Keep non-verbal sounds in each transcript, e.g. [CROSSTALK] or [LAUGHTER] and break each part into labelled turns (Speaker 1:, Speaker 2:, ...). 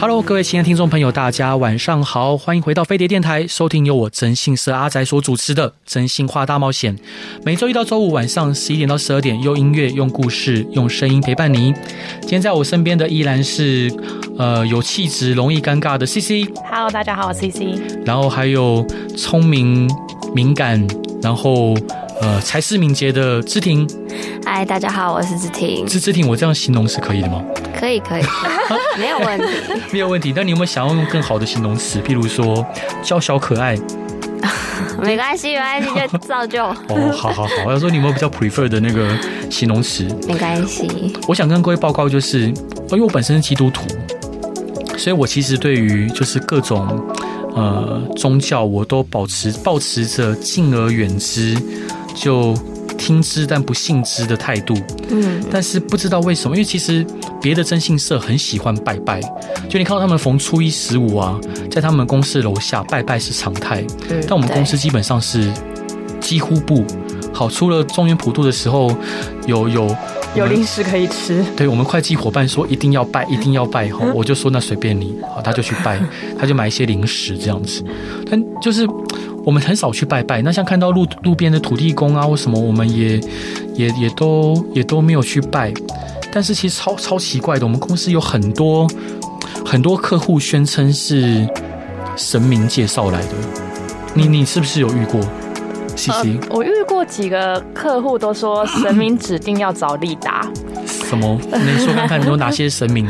Speaker 1: Hello，各位亲爱的听众朋友，大家晚上好，欢迎回到飞碟电台，收听由我真心社阿宅所主持的《真心话大冒险》。每周一到周五晚上十一点到十二点，用音乐、用故事、用声音陪伴你。今天在我身边的依然是，呃，有气质、容易尴尬的 CC，
Speaker 2: Hello，大家好，我是 CC。
Speaker 1: 然后还有聪明、敏感，然后呃才思敏捷的知婷。
Speaker 3: 嗨，大家好，我是志婷。
Speaker 1: 知知婷，我这样形容是可以的吗？
Speaker 3: 可以，可以， [LAUGHS] 没有问题。
Speaker 1: 没有问题。那你有没有想要用更好的形容词？譬如说娇小可爱。
Speaker 3: 没关系，没关系，就造就，
Speaker 1: 哦，好好好，要说你有没有比较 prefer 的那个形容词？
Speaker 3: 没关系。
Speaker 1: 我想跟各位报告，就是因为我本身是基督徒，所以我其实对于就是各种呃宗教，我都保持保持着敬而远之，就听之但不信之的态度。
Speaker 3: 嗯，
Speaker 1: 但是不知道为什么，因为其实别的征信社很喜欢拜拜，就你看到他们逢初一十五啊，在他们公司楼下拜拜是常态，
Speaker 3: 嗯
Speaker 1: 但我们公司基本上是几乎不。好，除了中原普渡的时候，有有
Speaker 2: 有零食可以吃，
Speaker 1: 对我们会计伙伴说一定要拜，一定要拜哈，我就说那随便你，好，他就去拜，他就买一些零食这样子。但就是我们很少去拜拜，那像看到路路边的土地公啊或什么，我们也也也都也都没有去拜。但是其实超超奇怪的，我们公司有很多很多客户宣称是神明介绍来的，你你是不是有遇过？西西、
Speaker 2: 呃我遇过几个客户都说神明指定要找利达，
Speaker 1: 什么？你说看看有哪些神明？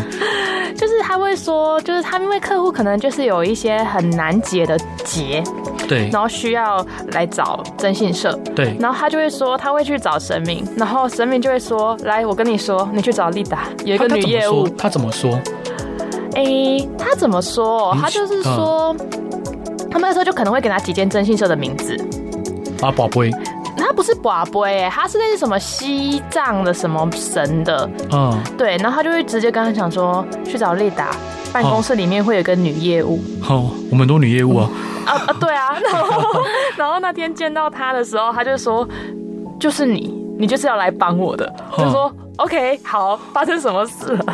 Speaker 2: 就是他会说，就是他因为客户可能就是有一些很难解的结，
Speaker 1: 对
Speaker 2: 然后需要来找征信社，
Speaker 1: 对，
Speaker 2: 然后他就会说他会去找神明，然后神明就会说，来，我跟你说，你去找利达，有一个
Speaker 1: 他他
Speaker 2: 女
Speaker 1: 怎么
Speaker 2: 业
Speaker 1: 说
Speaker 2: 务，？
Speaker 1: 他怎么说？
Speaker 2: 诶、他怎么说？
Speaker 1: 你
Speaker 2: 他就是说。他们那时候就可能会给他几间征信社的名字，
Speaker 1: 啊，宝贝，
Speaker 2: 他不是寡龟、欸，他是那是什么西藏的什么神的，
Speaker 1: 嗯，
Speaker 2: 对，然后他就会直接跟他讲说，去找丽达，办公室里面会有一个女
Speaker 1: [LAUGHS]
Speaker 2: 业务、
Speaker 1: 好，我们都女业务
Speaker 2: [LAUGHS]
Speaker 1: 啊，
Speaker 2: 啊啊，对啊， [LAUGHS] 然后然后那天见到他的时候，他就说，就是你，你就是要来帮我的，我就说 OK，好，发生什么事了？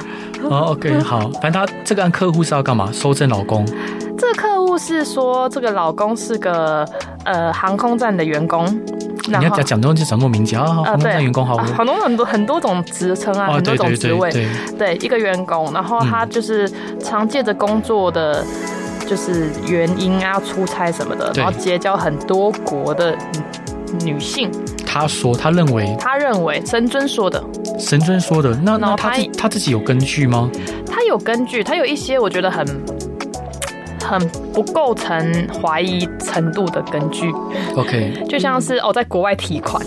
Speaker 1: 哦，OK，好，反正他这个按客户是要干嘛？收证老公，
Speaker 2: 这个客户是说这个老公是个呃航空站的员工，
Speaker 1: 你
Speaker 2: 然
Speaker 1: 要
Speaker 2: 后
Speaker 1: 讲讲这种就讲这么明讲啊，好，
Speaker 2: 啊
Speaker 1: 航空站员工好，
Speaker 2: 啊
Speaker 1: 我
Speaker 2: 很多很多很多种职称啊，
Speaker 1: 哦，
Speaker 2: 很多
Speaker 1: 对
Speaker 2: 种
Speaker 1: 对
Speaker 2: 职
Speaker 1: 对
Speaker 2: 位，
Speaker 1: 对，
Speaker 2: 对，一个员工，然后
Speaker 1: 嗯
Speaker 2: 他就是常借着工作的，就是原因啊，出差什么的，
Speaker 1: 对
Speaker 2: 然后结交很多国的女性。
Speaker 1: 他说他认为
Speaker 2: 他认为神尊说的，
Speaker 1: 神尊说的，那那
Speaker 2: 脑
Speaker 1: 他
Speaker 2: 瘫
Speaker 1: 自他自己有根据吗？
Speaker 2: 他有根据，他有一些我觉得很很不构成怀疑程度的根据， [LAUGHS]
Speaker 1: ？OK，
Speaker 2: 就像是哦，在国外提款，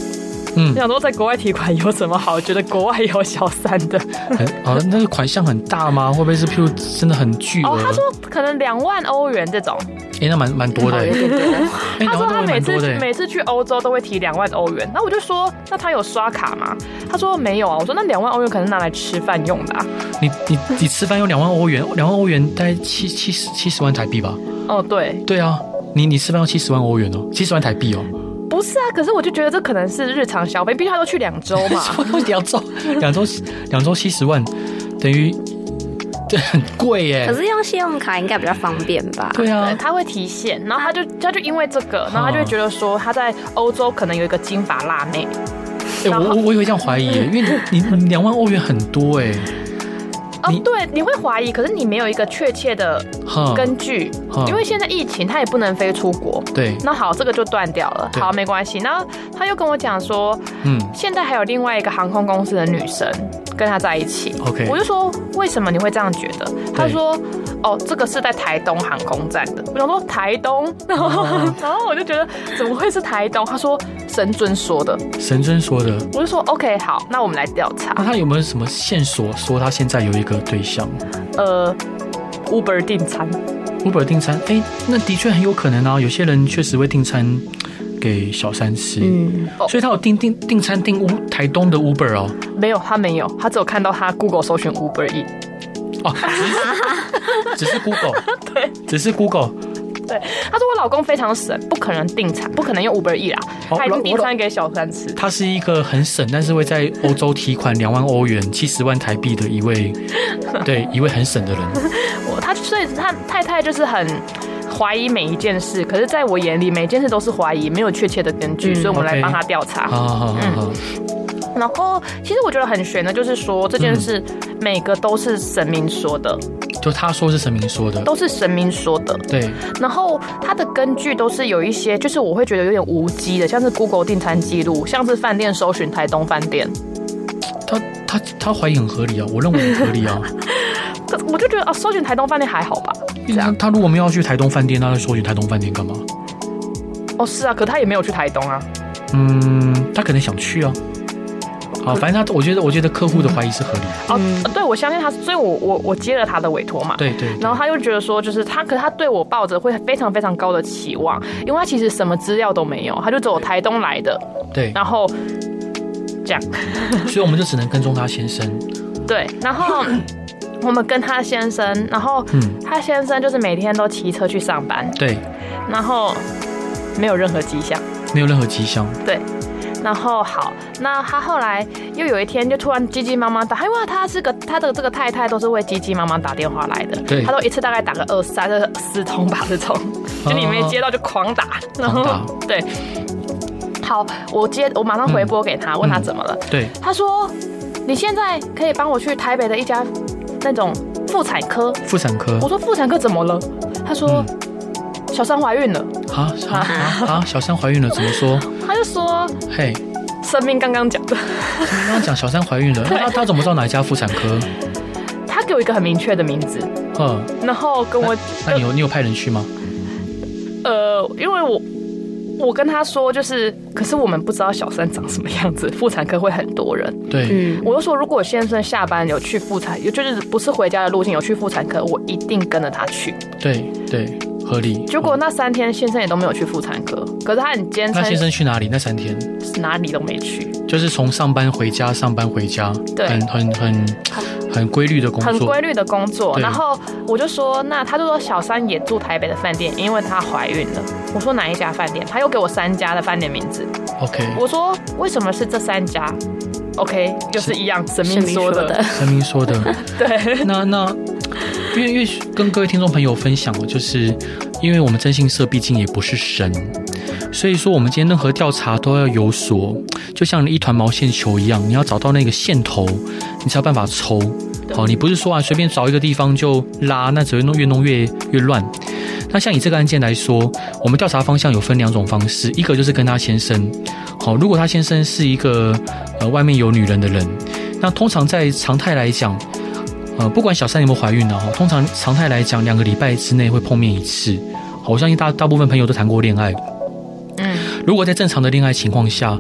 Speaker 1: 嗯
Speaker 2: 你，想说在国外提款有什么好？觉得国外有小三的。
Speaker 1: 很啊，那个款项很大吗？会不会是譬如真的很巨额
Speaker 2: 哦，？他说可能两万欧元这种，
Speaker 1: 哎，那蛮蛮多的，哎， [LAUGHS]
Speaker 2: 他
Speaker 1: 两
Speaker 2: 说
Speaker 1: 万
Speaker 2: 他
Speaker 1: 多
Speaker 2: 每
Speaker 1: 蛮
Speaker 2: 次
Speaker 1: 多的，哎
Speaker 2: 每次去欧洲都会提两万欧元，那我就说，那他有刷卡吗？他说没有啊。我说那两万欧元可能拿来吃饭用的、啊。
Speaker 1: 你你你吃饭用两万欧元，两万欧元大概七七十七十万台币吧？
Speaker 2: 哦，对，
Speaker 1: 对啊，你你吃饭要七十万欧元哦，七十万台
Speaker 3: [LAUGHS]
Speaker 1: 币哦。
Speaker 2: 不是啊，可是我就觉得这可能是日常消费，毕竟他都去两周
Speaker 1: [LAUGHS]
Speaker 2: 嘛。
Speaker 1: 两周，两周，两周七十万，等于这很贵耶
Speaker 3: 可。是用信用卡应该比较方便吧？
Speaker 1: 对
Speaker 2: 对
Speaker 1: 啊，
Speaker 2: 他会提现，然后他就他就因为这个，然后他就会觉得说他在欧洲可能有一个金发辣妹，
Speaker 1: 哎、
Speaker 3: 呃
Speaker 2: 然
Speaker 1: 我
Speaker 2: 后
Speaker 1: 我我也会这样怀疑耶，因为你你两万欧元很多哎，
Speaker 2: 哦
Speaker 1: 你，
Speaker 2: 对，你会怀疑，可是你没有一个确切的
Speaker 1: 哈，
Speaker 2: 根据，
Speaker 1: 哈
Speaker 2: 因为现在疫情他也不能飞出国，
Speaker 1: 对，
Speaker 2: 那好，这个就断掉了，
Speaker 1: 对
Speaker 2: 好，没关系。然后他又跟我讲说，
Speaker 1: 嗯，
Speaker 2: 现在还有另外一个航空公司的女生跟他在一起。
Speaker 1: OK
Speaker 2: 我就说为什么你会这样觉得？他说哦，这个是在台东航空站的。我想说台东，然后、
Speaker 1: 啊
Speaker 2: [LAUGHS] 然后我就觉得怎么会是台东？他说神尊说的。
Speaker 1: 神尊说的。啊
Speaker 2: 我就说 OK 好，那我们来调查
Speaker 1: [LAUGHS] 那。他有没有什么线索说他现在有一个对象
Speaker 2: 呃，Uber 订餐，
Speaker 1: ？Uber 订餐，哎、那的确很有可能啊。有些人确实会订餐，给小三吃，
Speaker 3: 嗯，
Speaker 1: 所以他有订订订餐订乌台东的 Uber 哦，
Speaker 2: 没有，他没有，他只有看到他 Google 搜寻 Uber E。 [LAUGHS]
Speaker 1: 哦，只是只是 Google，
Speaker 2: 对，
Speaker 1: 只是 Google，
Speaker 2: 对，他说我老公非常省，不可能订餐，不可能用 Uber E 啦，
Speaker 1: 哦
Speaker 2: 他已经订
Speaker 1: 我老
Speaker 2: 餐给小三吃。
Speaker 1: 他是一个很省，但是会在欧洲提款两万欧元、七十万台币的一
Speaker 2: [LAUGHS]
Speaker 1: 位，对，一位很省的人。
Speaker 2: 我他所以他太太就是很怀疑每一件事，可是在我眼里，每件事都是怀疑，没有确切的根据，
Speaker 3: 嗯
Speaker 2: 所以我们来
Speaker 1: OK
Speaker 2: 帮他调查。
Speaker 1: 好好好
Speaker 2: 嗯
Speaker 1: 好好，
Speaker 2: 然后，其实我觉得很悬的，就是说这
Speaker 1: 嗯
Speaker 2: 件事每个都是神明说的，
Speaker 1: 就他说是神明说的，
Speaker 2: 都是神明说的。
Speaker 1: 对，
Speaker 2: 然后它的根据都是有一些，就是我会觉得有点无稽的，像是 Google 订餐记录，像是饭店搜寻台东饭店，
Speaker 1: 他他他怀疑很合理啊，我认为很合理
Speaker 2: [LAUGHS]
Speaker 1: 啊。
Speaker 2: 可我就觉得啊，搜寻台东饭店还好吧？这
Speaker 1: 他
Speaker 2: 样
Speaker 1: 他如果没有去台东饭店，那他搜寻台东饭店干嘛？
Speaker 2: 哦，是啊，可他也没有去台东啊。
Speaker 1: 嗯，他可能想去啊。
Speaker 2: 嗯
Speaker 1: 好，反正他，我觉得，我觉得客户的怀疑是合理的。
Speaker 2: 哦，对，我相信他，所以我我我接了他的委托嘛。
Speaker 1: 对对，对
Speaker 2: 然后他又觉得说，就是他，可是他对我抱着会非常非常高的期望，因为他其实什么资料都没有，他就走台东来的，
Speaker 1: 对，
Speaker 2: 然后这样，
Speaker 1: 所以我们就只能跟踪他先生。
Speaker 2: 对，然后我们跟他先生，然后
Speaker 1: 嗯，
Speaker 2: 他先生就是每天都骑车去上班，
Speaker 1: 对，
Speaker 2: 然后没有任何迹象。
Speaker 1: 没有任何迹象。
Speaker 2: 然后好，那他后来又有一天就突然唧唧妈妈打，因为他是个他的这个太太都是为唧唧妈妈打电话来的，
Speaker 1: 对
Speaker 2: 他都一次大概打个二三二四通吧，这种就你没接到就狂打，然后
Speaker 1: 狂
Speaker 2: [LAUGHS] 对，好，我接我马上回拨给他，问他怎么了，
Speaker 1: 对，
Speaker 2: 他说你现在可以帮我去台北的一家那种妇产科，
Speaker 1: 妇产科
Speaker 2: 我说妇产科怎么了？他说、小三怀孕了，
Speaker 1: 啊啊啊啊！小三怀孕了，怎么
Speaker 2: [LAUGHS]
Speaker 1: 说？
Speaker 2: 他就说
Speaker 1: 嘿，
Speaker 2: 生命刚刚讲的。
Speaker 1: 你刚刚讲小三怀孕了，那他他怎么知道哪一家妇产科？
Speaker 2: 他给我一个很明确的名字，
Speaker 1: 嗯，
Speaker 2: 然后跟我
Speaker 1: 那你有你有派人去吗？
Speaker 2: 呃，因为我我跟他说就是，可是我们不知道小三长什么样子，妇产科会很多人。
Speaker 1: 对，
Speaker 3: 嗯，
Speaker 2: 我又说，如果先生下班有去妇产，就是不是回家的路径有去妇产科，我一定跟着他去。
Speaker 1: 对对，合理。
Speaker 2: 结果那三天先生也都没有去妇产科，可是他很坚
Speaker 1: 嗯那
Speaker 2: 称
Speaker 1: 先生去哪里？那三天
Speaker 2: 哪里都没去，
Speaker 1: 就是从上班回家，上班回家，
Speaker 2: 对
Speaker 1: 很很很很规律的工
Speaker 2: 很
Speaker 1: 作
Speaker 2: 规。律的工作。
Speaker 1: 对
Speaker 2: 然后我就说，那他就说小三也住台北的饭店，因为她怀孕了。我说哪一家饭店？他又给我三家的饭店名字。
Speaker 1: OK，
Speaker 2: 我说为什么是这三家？OK，就是一样，神明说的。，
Speaker 1: 神明说的。
Speaker 2: [LAUGHS]
Speaker 1: [LAUGHS]
Speaker 2: 对，
Speaker 1: 那那，因为因为跟各位听众朋友分享哦，就是因为我们征信社毕竟也不是神，所以说我们今天任何调查都要有所，就像一团毛线球一样，你要找到那个线头，你才有办法抽。好，你不是说啊随便找一个地方就拉，那只会弄越弄越越乱。那像以这个案件来说，我们调查方向有分两种方式，一个就是跟他先生，好，如果他先生是一个呃外面有女人的人，那通常在常态来讲，呃，不管小三有没有怀孕呢、哈，通常常态来讲，两个礼拜之内会碰面一次。好我相信大大部分朋友都谈过恋爱，
Speaker 2: 嗯，
Speaker 1: 如果在正常的恋爱情况下，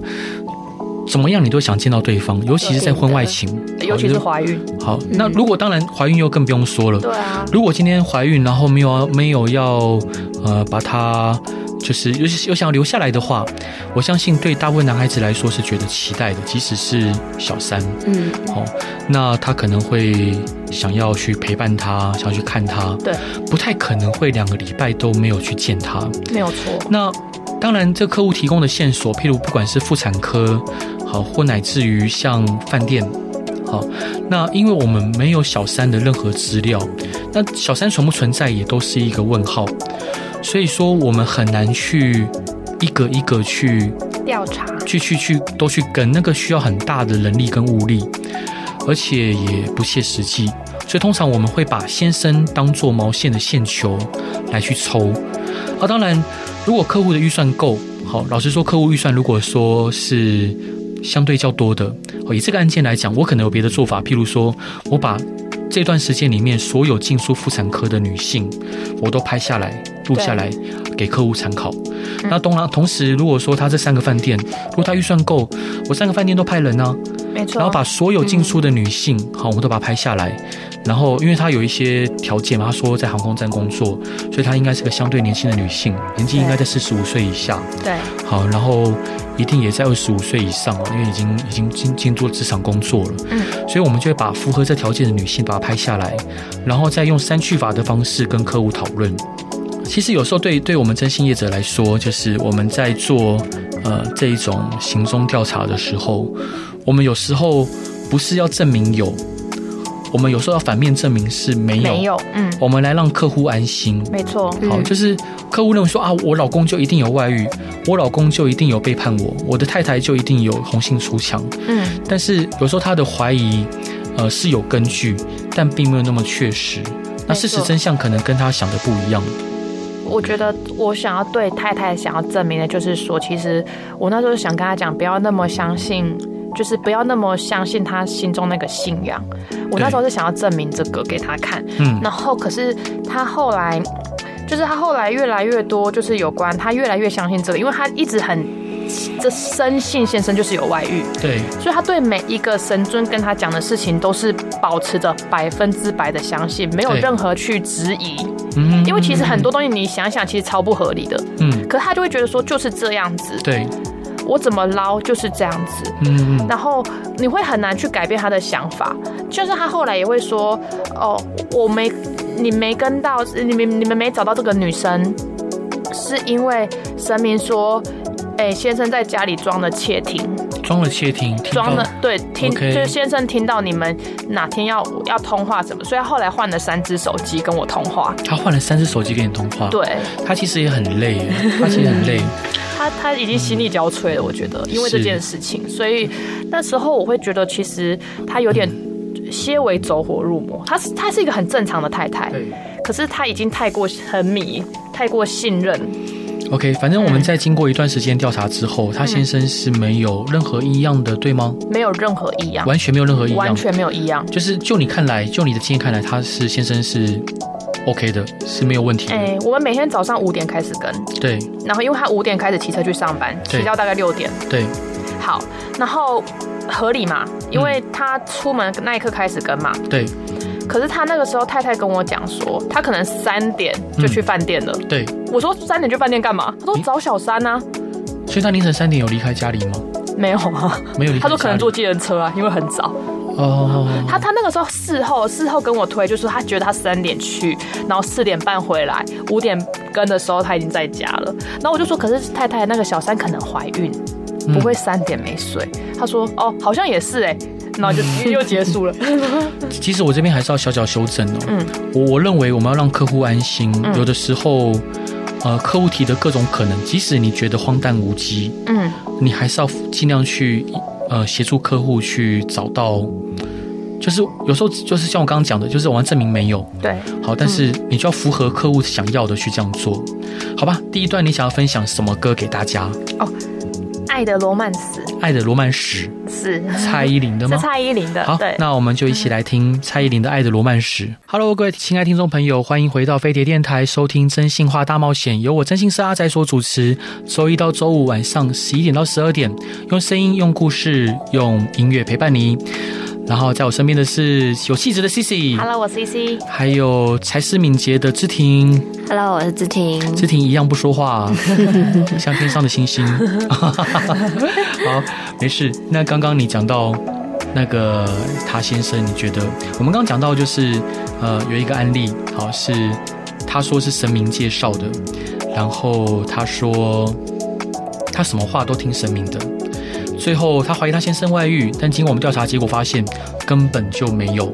Speaker 1: 怎么样你都想见到对方，尤其是在婚外情，
Speaker 2: 尤其
Speaker 1: 好
Speaker 2: 是怀嗯孕。
Speaker 1: 好。那如果当然怀孕又更不用说了，
Speaker 2: 对啊，
Speaker 1: 如果今天怀孕，然后没有没有要呃把它就是有有想要留下来的话，我相信对大部分男孩子来说是觉得期待的，即使是小三，
Speaker 3: 嗯，
Speaker 1: 哦，那他可能会想要去陪伴他，想要去看他，
Speaker 2: 对，
Speaker 1: 不太可能会两个礼拜都没有去见他。
Speaker 2: 没有错。
Speaker 1: 那当然，这客户提供的线索，譬如不管是妇产科，好，或乃至于像饭店，好，那因为我们没有小三的任何资料，那小三存不存在也都是一个问号，所以说我们很难去一个一个去
Speaker 2: 调查，
Speaker 1: 去去去都去跟，那个需要很大的人力跟物力，而且也不切实际。所以通常我们会把先生当做毛线的线球来去抽。啊，当然，如果客户的预算够，好，老实说，客户预算如果说是相对较多的，哦，以这个案件来讲，我可能有别的做法，譬如说我把这段时间里面所有进出妇产科的女性，我都拍下来、录下来给客户参考。那当然，同时如果说他这三个饭店，如果他预算够，我三个饭店都派人呢、啊
Speaker 2: 没没错。
Speaker 1: 然后把所有进出的女性，好，我们都把它拍下来。然后，因为她有一些条件嘛，她说在航空站工作，所以她应该是个相对年轻的女性，年纪应该在四十五岁以下。
Speaker 2: 对，
Speaker 1: 好，然后一定也在二十五岁以上哦，因为已经已经进进做职场工作了。
Speaker 2: 嗯，
Speaker 1: 所以我们就会把符合这条件的女性把它拍下来，然后再用删去法的方式跟客户讨论。其实有时候对对我们征信业者来说，就是我们在做呃这一种行踪调查的时候，我们有时候不是要证明有，我们有时候要反面证明是没有，
Speaker 2: 没有，嗯，
Speaker 1: 我们来让客户安心。
Speaker 2: 没错，
Speaker 1: 好，
Speaker 3: 嗯
Speaker 1: 就是客户认为说啊，我老公就一定有外遇，我老公就一定有背叛我，我的太太就一定有红杏出墙。
Speaker 2: 嗯，
Speaker 1: 但是有时候他的怀疑，呃，是有根据，但并没有那么确实。那事实
Speaker 2: 没错
Speaker 1: 真相可能跟他想的不一样。
Speaker 2: 我觉得我想要对太太想要证明的就是说，其实我那时候想跟她讲，不要那么相信。就是不要那么相信她心中那个信仰。我那时候是想要证明这个给她看，
Speaker 1: 嗯，
Speaker 2: 然后可是他后来，就是他后来越来越多，就是有关他越来越相信这个，因为他一直很。这深信先生就是有外遇，
Speaker 1: 对，
Speaker 2: 所以他对每一个神尊跟他讲的事情都是保持着百分之百的相信，没有
Speaker 1: 对
Speaker 2: 任何去质疑。
Speaker 1: 嗯，
Speaker 2: 因为其实很多东西你想想，其实超不合理的，
Speaker 1: 嗯，
Speaker 2: 可是他就会觉得说就是这样子，
Speaker 1: 对，
Speaker 2: 我怎么捞就是这样子。
Speaker 1: 嗯嗯
Speaker 2: 然后你会很难去改变他的想法。就是他后来也会说，哦，我没，你没跟到，你们你们没找到这个女生，是因为神明说。哎、先生在家里装了窃听，
Speaker 1: 嗯，装了窃听，听
Speaker 2: 装
Speaker 1: 到
Speaker 2: 了对听
Speaker 1: 哦 OK
Speaker 2: 就是先生听到你们哪天要要通话什么，所以他后来换了三只手机跟我通话。
Speaker 1: 他换了三只手机跟你通话，，
Speaker 2: 对
Speaker 1: 他其实也很累
Speaker 2: [LAUGHS]
Speaker 1: 耶，他其实很累，
Speaker 2: 他他已经心力交瘁了，我觉得，因为这
Speaker 1: 是
Speaker 2: 件事情，所以那时候我会觉得，其实他有点些微走火入魔。他是他是一个很正常的太太，
Speaker 1: 对。
Speaker 2: 可是他已经太过沉迷，太过信任，
Speaker 1: OK，反正我
Speaker 2: 嗯
Speaker 1: 们在经过一段时间调查之后，他先生是没有任何异样的，对吗？
Speaker 2: 没有任何异样，
Speaker 1: 完全没有任何异
Speaker 2: 完
Speaker 1: 样，
Speaker 2: 全没有异样。
Speaker 1: 就是就你看来，就你的经验看来，他是先生是 OK 的，是没有问题的。
Speaker 2: 哎、我们每天早上五点开始跟，
Speaker 1: 对
Speaker 2: 然后因为他五点开始骑车去上班，
Speaker 1: 对
Speaker 2: 骑到大概六点，
Speaker 1: 对，
Speaker 2: 好，然后合理嘛，因为他出门那一刻开始跟嘛，
Speaker 1: 对
Speaker 2: 可是他那个时候太太跟我讲说，他可能三点就去饭店了。
Speaker 1: 对，
Speaker 2: 我说三点去饭店干嘛？他说
Speaker 1: 你
Speaker 2: 找小三啊，
Speaker 1: 所以他凌晨三点有离开家里吗？
Speaker 2: 没有啊。
Speaker 1: 没有离开家里。
Speaker 2: 他说可能坐计程车啊，因为很早。
Speaker 1: 哦，
Speaker 2: 他他那个时候事后事后跟我推，就是他觉得他三点去，然后四点半回来，五点跟的时候他已经在家了。然后我就说，可是太太那个小三可能怀孕，
Speaker 1: 嗯
Speaker 2: 不会三点没睡。他说哦，好像也是哎、然后
Speaker 1: [LAUGHS]
Speaker 2: 就又结束了。
Speaker 1: 其实我这边还是要小小修正哦。
Speaker 2: 嗯
Speaker 1: 我我认为我们要让客户安心，有的时候，呃，客户提的各种可能，即使你觉得荒诞无稽，
Speaker 2: 嗯，
Speaker 1: 你还是要尽量去呃协助客户去找到，就是有时候就是像我刚刚讲的，就是我要证明没有
Speaker 2: 对，
Speaker 1: 好，但是
Speaker 2: 嗯
Speaker 1: 你就要符合客户想要的去这样做，好吧？第一段你想要分享什么歌给大家？
Speaker 2: 爱的罗曼史
Speaker 1: 《爱的罗曼史
Speaker 2: [LAUGHS] 是》
Speaker 1: 蔡依林的
Speaker 2: 是
Speaker 1: 吗？
Speaker 2: 蔡依林的
Speaker 1: 好，，
Speaker 2: 对，嗯
Speaker 1: 那我们就一起来听蔡依林的《爱的罗曼史》。Hello，各位亲爱听众朋友，欢迎回到飞碟电台，收听《真心话大冒险》，由我真心是阿仔所主持。周一到周五晚上十一点到十二点，用声音、用故事、用音乐陪伴你。然后在我身边的是有气质的 Cici，
Speaker 2: Hello，我 CC，
Speaker 1: 还有才思敏捷的志婷。
Speaker 3: Hello，我是志婷。
Speaker 1: 志婷一样不说话，像天上的星星。好，没事。那刚刚你讲到那个他先生，你觉得我们刚刚讲到就是呃有一个案例，好是他说是神明介绍的，然后他说他什么话都听神明的。最后，他怀疑他先生外遇，但经过我们调查，结果发现根本就没有。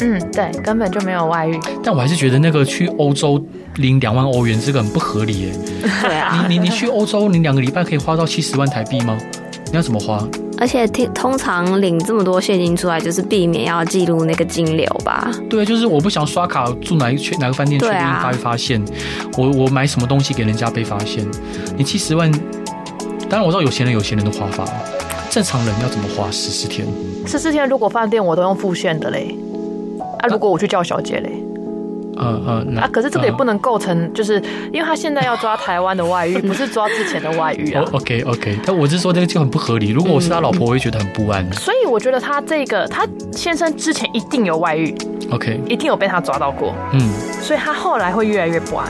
Speaker 2: 嗯，对，根本就没有外遇，
Speaker 1: 但我还是觉得那个去欧洲领两万欧元，这个很不合理耶、
Speaker 3: 对啊，
Speaker 1: 你你你去欧洲，你两个礼拜可以花到七十万台币吗？你要怎么花？
Speaker 3: 而且听通常领这么多现金出来，就是避免要记录那个金流吧。
Speaker 1: 对，啊就是我不想刷卡住哪一去哪个饭店，确
Speaker 3: 对
Speaker 1: 定
Speaker 3: 啊
Speaker 1: 发被发现。我我买什么东西给人家被发现？你七十万，当然我知道有钱人有钱人的花法，正常人要怎么花十四天？
Speaker 2: 十四天如果饭店我都用付现的嘞，啊，如果我去叫小姐嘞，
Speaker 1: 嗯啊嗯，
Speaker 2: 啊，可是这个也不
Speaker 1: 能。
Speaker 2: 能构成，就是因为他现在要抓台湾的外遇，不是抓之前的外遇啊
Speaker 1: 哦。OK OK，但我是说这个就很不合理。如果我是他老婆，我会觉得很不安。
Speaker 2: 所以我觉得他这个，他先生之前一定有外遇，
Speaker 1: OK，
Speaker 2: 一定有被他抓到过，
Speaker 1: 嗯，
Speaker 2: 所以他后来会越来越不安，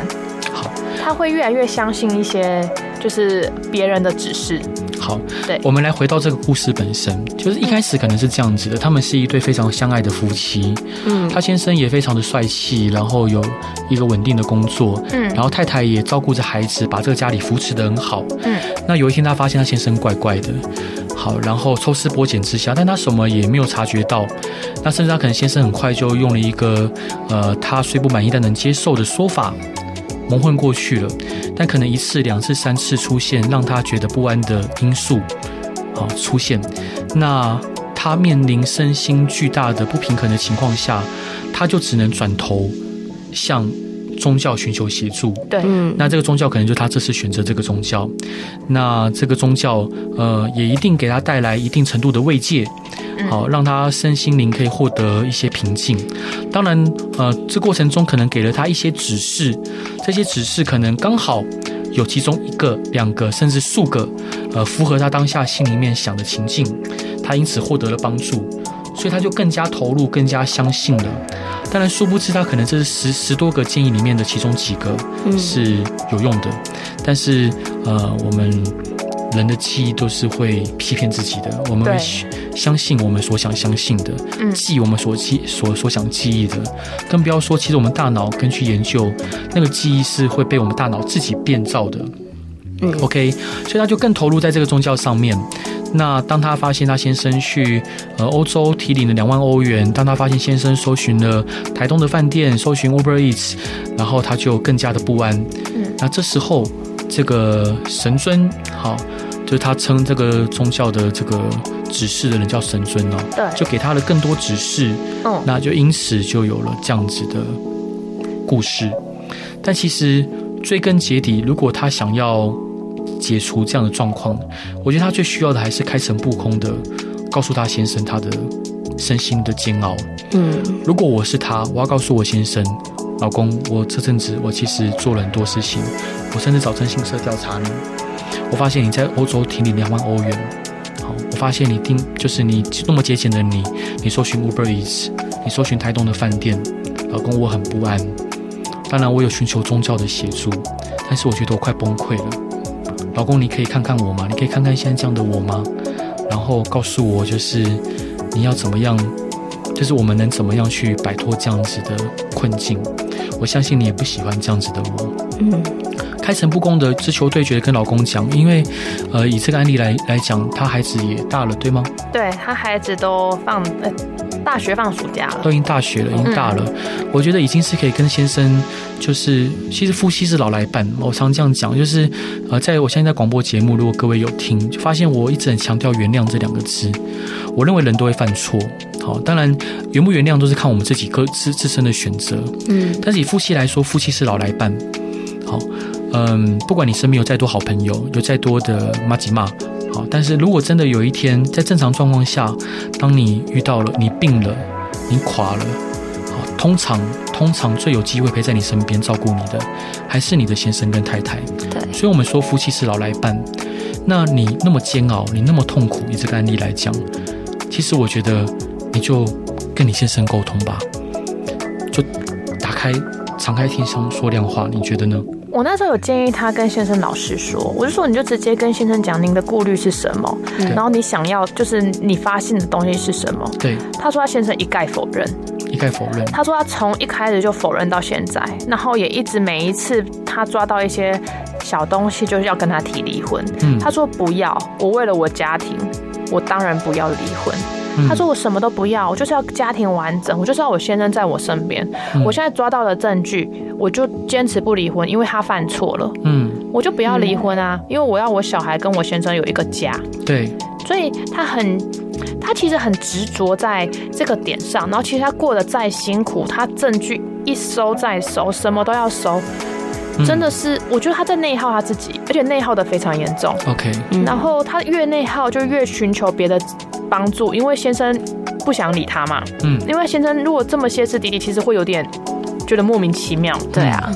Speaker 1: 好，
Speaker 2: 他会越来越相信一些就是别人的指示。
Speaker 1: 好，
Speaker 2: 对
Speaker 1: 我们来回到这个故事本身，就是一开始可能是这样子的，他们是一对非常相爱的夫妻，
Speaker 3: 嗯
Speaker 1: 他先生也非常的帅气，然后有一个稳定的工作，
Speaker 2: 嗯
Speaker 1: 然后太太也照顾着孩子，把这个家里扶持的很好。
Speaker 2: 嗯
Speaker 1: 那有一天他发现他先生怪怪的，好，然后抽丝剥茧之下，但他什么也没有察觉到，那甚至他可能先生很快就用了一个呃他虽不满意但能接受的说法。蒙混过去了，但可能一次、两次、三次出现让他觉得不安的因素，好出现，那他面临身心巨大的不平衡的情况下，他就只能转头向宗教寻求协助。
Speaker 2: 对，
Speaker 3: 嗯，
Speaker 1: 那这个宗教可能就他这次选择这个宗教，那这个宗教呃也一定给他带来一定程度的慰藉，
Speaker 2: 嗯
Speaker 1: 好、让他身心灵可以获得一些平静。当然，呃，这过程中可能给了他一些指示，这些指示可能刚好有其中一个、两个甚至数个，呃，符合他当下心里面想的情境，他因此获得了帮助，所以他就更加投入、更加相信了。当然，殊不知他可能这是十十多个建议里面的其中几个
Speaker 3: 嗯
Speaker 1: 是有用的，但是呃，我们人的记忆都是会欺骗自己的，我们会
Speaker 2: 对
Speaker 1: 相相信我们所想相信的，
Speaker 2: 嗯
Speaker 1: 记我们所记所所想记忆的，更不要说其实我们大脑根据研究，那个记忆是会被我们大脑自己变造的。
Speaker 3: 嗯
Speaker 1: OK，所以他就更投入在这个宗教上面。那当他发现他先生去呃欧洲提领了两万欧元，当他发现先生搜寻了台东的饭店，搜寻 Uber Eats，然后他就更加的不安。
Speaker 2: 嗯
Speaker 1: 那这时候这个神尊，好，就是他称这个宗教的这个指示的人叫神尊哦，
Speaker 2: 对
Speaker 1: 就给他了更多指示，
Speaker 2: 嗯
Speaker 1: 那就因此就有了这样子的故事。但其实追根结底，如果他想要解除这样的状况，我觉得他最需要的还是开诚布公的告诉他先生他的身心的煎熬。
Speaker 3: 嗯
Speaker 1: 如果我是他，我要告诉我先生，老公，我这阵子我其实做了很多事情，我甚至找征信社调查你，我发现你在欧洲停领两万欧元，好，我发现你定就是你那么节俭的你，你搜寻 Uber Eats，你搜寻台东的饭店，老公，我很不安。当然，我有寻求宗教的协助，但是我觉得我快崩溃了。老公，你可以看看我吗？你可以看看现在这样的我吗？然后告诉我，就是你要怎么样就是我们能怎么样去摆脱这样子的困境？我相信你也不喜欢这样子的我。
Speaker 3: 嗯
Speaker 1: 开诚布公的直球对决地跟老公讲，因为，呃，以这个案例来来讲，他孩子也大了，对吗？
Speaker 2: 对他孩子都放呃大学放暑假了
Speaker 1: 都，已经大学了，已经大了。我觉得已经是可以跟先生，就是其实夫妻是老来伴。我常这样讲，就是呃，在我现在在广播节目，如果各位有听，就发现我一直很强调原谅这两个字。我认为人都会犯错，好，当然原不原谅都是看我们自己个自自身的选择。
Speaker 3: 嗯
Speaker 1: 但是以夫妻来说，夫妻是老来伴。好，嗯，不管你身边有再多好朋友，有再多的妈吉妈，好，但是如果真的有一天在正常状况下，当你遇到了你病了，你垮了，好，通常通常最有机会陪在你身边照顾你的，还是你的先生跟太太。
Speaker 3: 对，
Speaker 1: 所以我们说夫妻是老来伴。那你那么煎熬，你那么痛苦，以这个案例来讲，其实我觉得你就跟你先生沟通吧，就打开敞开天窗说亮话，你觉得呢？
Speaker 2: 我那时候有建议他跟先生老实说，我就说你就直接跟先生讲您的顾虑是什么，
Speaker 3: 嗯
Speaker 2: 然后你想要就是你发现的东西是什么。
Speaker 1: 对，
Speaker 2: 他说他先生一概否认，
Speaker 1: 一概否认。
Speaker 2: 他说他从一开始就否认到现在，然后也一直每一次他抓到一些小东西，就是要跟他提离婚。
Speaker 1: 嗯
Speaker 2: 他说不要，我为了我家庭，我当然不要离婚。
Speaker 1: 嗯
Speaker 2: 他说我什么都不要，我就是要家庭完整，我就是要我先生在我身边。我现在抓到了证据，我就坚持不离婚，因为他犯错了，
Speaker 1: 嗯，
Speaker 2: 我就不要离婚
Speaker 3: 嗯
Speaker 2: 啊，因为我要我小孩跟我先生有一个家。
Speaker 1: 对，
Speaker 2: 所以他很，他其实很执着在这个点上，然后其实他过得再辛苦，他证据一收再收，什么都要收，
Speaker 1: 嗯
Speaker 2: 真的是，我觉得他在内耗他自己，而且内耗的非常严重。
Speaker 1: OK，
Speaker 3: 嗯
Speaker 2: 然后他越内耗，就越寻求别的帮助，因为先生不想理他嘛，
Speaker 1: 嗯
Speaker 2: 因为先生如果这么歇斯底里，其实会有点觉得莫名其妙。嗯
Speaker 3: 对啊，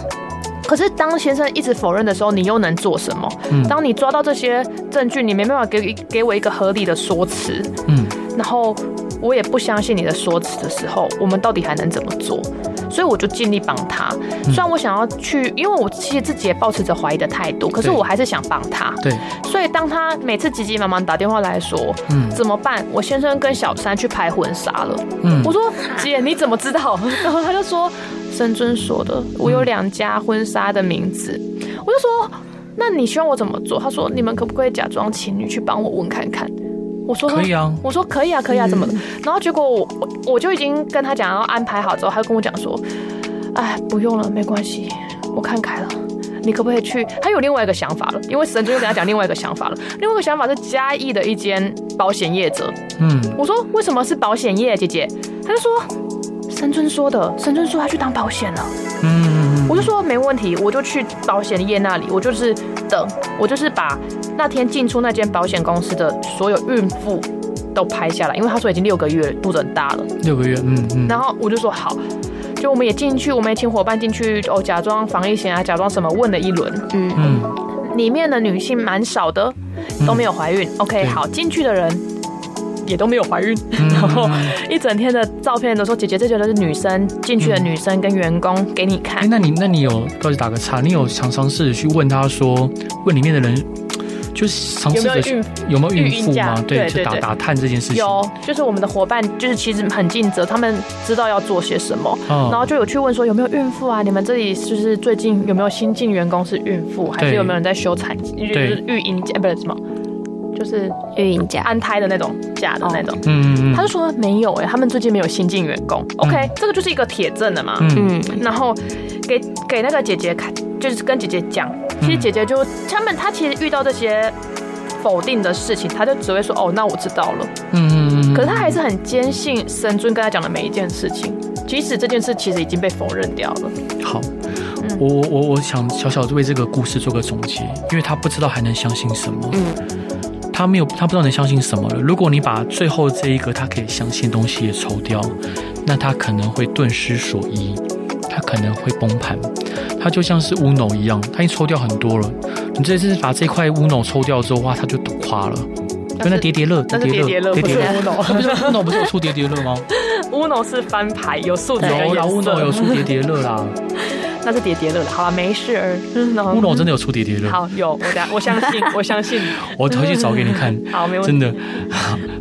Speaker 2: 可是当先生一直否认的时候，你又能做什么？
Speaker 1: 嗯
Speaker 2: 当你抓到这些证据，你没办法给给我一个合理的说辞，
Speaker 1: 嗯，
Speaker 2: 然后我也不相信你的说辞的时候，我们到底还能怎么做？所以我就尽力帮他。
Speaker 1: 嗯
Speaker 2: 虽然我想要去，因为我其实自己也保持着怀疑的态度，可是
Speaker 1: 对
Speaker 2: 我还是想帮他。
Speaker 1: 对，
Speaker 2: 所以当他每次急急忙忙打电话来说，
Speaker 1: 嗯
Speaker 2: 怎么办？我先生跟小三去拍婚纱了。
Speaker 1: 嗯
Speaker 2: 我说姐，你怎么知道？ [LAUGHS] 然后他就说，深尊说的，我有两家婚纱的名字。
Speaker 1: 嗯
Speaker 2: 我就说，那你希望我怎么做？他说，你们可不可以假装情侣去帮我问看看？我说
Speaker 1: 可以啊
Speaker 2: 我说可以啊，可以啊，怎么的？然后结果我我我就已经跟他讲要安排好之后，他就跟我讲说，哎，不用了，没关系，我看开了。你可不可以去？他有另外一个想法了，因为神尊又跟他讲另外一个想法了。另外一个想法是嘉义的一间保险业者，
Speaker 1: 嗯，
Speaker 2: 我说为什么是保险业，姐姐？他就说神尊说的，神尊说他去当保险了。
Speaker 1: 嗯嗯，嗯
Speaker 2: 我就说没问题，我就去保险业那里，我就是等，我就是把那天进出那间保险公司的所有孕妇都拍下来，因为他说已经六个月了肚子很大了。
Speaker 1: 六个月，嗯嗯，
Speaker 2: 然后我就说好，就我们也进去，我们也请伙伴进去哦，假装防疫险啊，假装什么问了一轮，
Speaker 3: 嗯，
Speaker 1: 嗯
Speaker 2: 里面的女性蛮少的，都没有怀孕。OK，
Speaker 1: 对
Speaker 2: 好，进去的人也都没有怀孕。
Speaker 1: 嗯
Speaker 2: 然后一整天的照片都说，姐姐这些都是女生进去的女生跟员工给你
Speaker 1: 哎、
Speaker 2: 看。
Speaker 1: 那你那你有不好意思打个岔，你有常尝试着去问他说，问里面的人，就是尝试着去有没有
Speaker 2: 孕
Speaker 1: 孕妇
Speaker 2: 孕假
Speaker 1: 吗？
Speaker 2: 对
Speaker 1: 就
Speaker 2: 对
Speaker 1: 打
Speaker 2: 对
Speaker 1: 打探这件事情。哦
Speaker 2: 有，就是我们的伙伴，就是其实很尽责，他们知道要做些什么，
Speaker 1: 嗯
Speaker 2: 然后就有去问说有没有孕妇啊？你们这里就是最近有没有新进员工是孕妇，还是
Speaker 1: 对
Speaker 2: 有没有人在休产，就是育婴假，不是什么，就是
Speaker 3: 育婴假，
Speaker 2: 安胎的那种假的那种。
Speaker 1: 嗯嗯嗯
Speaker 2: 他就说没有哎、他们最近没有新进员工。OK，这个就是一个铁证了嘛。
Speaker 1: 嗯
Speaker 3: 嗯，
Speaker 2: 然后给给那个姐姐看，就是跟姐姐讲，其实姐姐就他们，她其实遇到这些否定的事情，她就只会说哦，那我知道了。
Speaker 1: 嗯嗯嗯，
Speaker 2: 可是她还是很坚信神尊跟她讲的每一件事情，即使这件事其实已经被否认掉了。
Speaker 1: 好，
Speaker 2: 嗯
Speaker 1: 我我我我想小小为这个故事做个总结，因为他不知道还能相信什么。
Speaker 2: 嗯
Speaker 1: 他没有，他不知道能相信什么了。如果你把最后这一个他可以相信的东西也抽掉，那他可能会顿失所依，他可能会崩盘。他就像是乌脑一样，他已经抽掉很多了。你这次把这块乌脑抽掉之后，哇，他就赌垮了。就那叠叠乐，
Speaker 2: 但是叠叠乐不是乌
Speaker 1: 乐，不是乌脑不是有出叠叠乐
Speaker 2: [LAUGHS]
Speaker 1: 吗？
Speaker 2: Uno 是翻牌，有数字跟
Speaker 1: 有啦，乌
Speaker 2: 颜
Speaker 1: 脑有
Speaker 2: 色，
Speaker 1: 出叠叠乐啦，
Speaker 2: 那是叠叠乐了。好了，没事儿。嗯然后
Speaker 1: 乌脑真的有出叠叠乐。
Speaker 2: 好有，我等下我相信，我相信。
Speaker 1: 我回去找给你看。
Speaker 2: [LAUGHS] 好，没问题。
Speaker 1: 真的， [LAUGHS]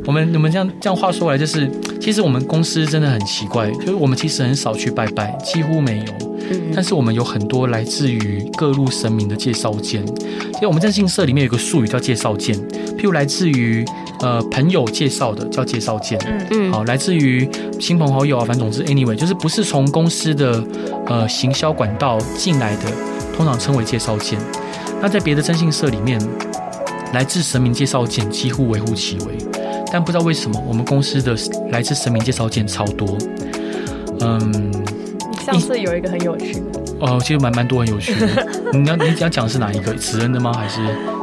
Speaker 1: 我们我们这样这样话说来，就是其实我们公司真的很奇怪，就是我们其实很少去拜拜，几乎没有。
Speaker 2: 嗯
Speaker 1: 但是我们有很多来自于各路神明的介绍件，其实我们在信社里面有个术语叫介绍件，譬如来自于呃朋友介绍的叫介绍件，
Speaker 3: 嗯
Speaker 1: 好，来自于亲朋好友啊，反正总之，anyway，就是不是从公司的呃行销管道进来的，通常称为介绍件。那在别的征信社里面，来自神明介绍件几乎微乎其微，但不知道为什么我们公司的来自神明介绍件超多。嗯，
Speaker 2: 上次有一个很有趣的，
Speaker 1: 哦，其实蛮蛮多很有趣的。你要你要讲的是哪一个？慈恩的吗？还是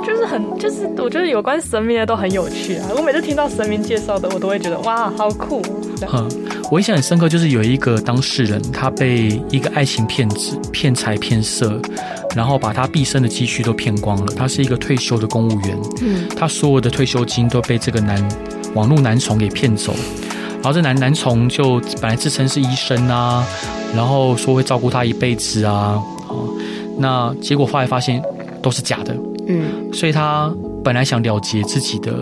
Speaker 2: 就是很，就是我觉得有关神明的都很有趣啊。我每次听到神明介绍的，我都会觉得哇，好酷哦。这样
Speaker 1: 嗯，我印象很深刻，就是有一个当事人，他被一个爱情骗子骗财骗色，然后把他毕生的积蓄都骗光了。他是一个退休的公务员，
Speaker 3: 嗯
Speaker 1: 他所有的退休金都被这个男网络男宠给骗走。然后这男男宠就本来自称是医生啊，然后说会照顾他一辈子啊，哦，那结果后来发现都是假的，
Speaker 3: 嗯
Speaker 1: 所以他本来想了结自己的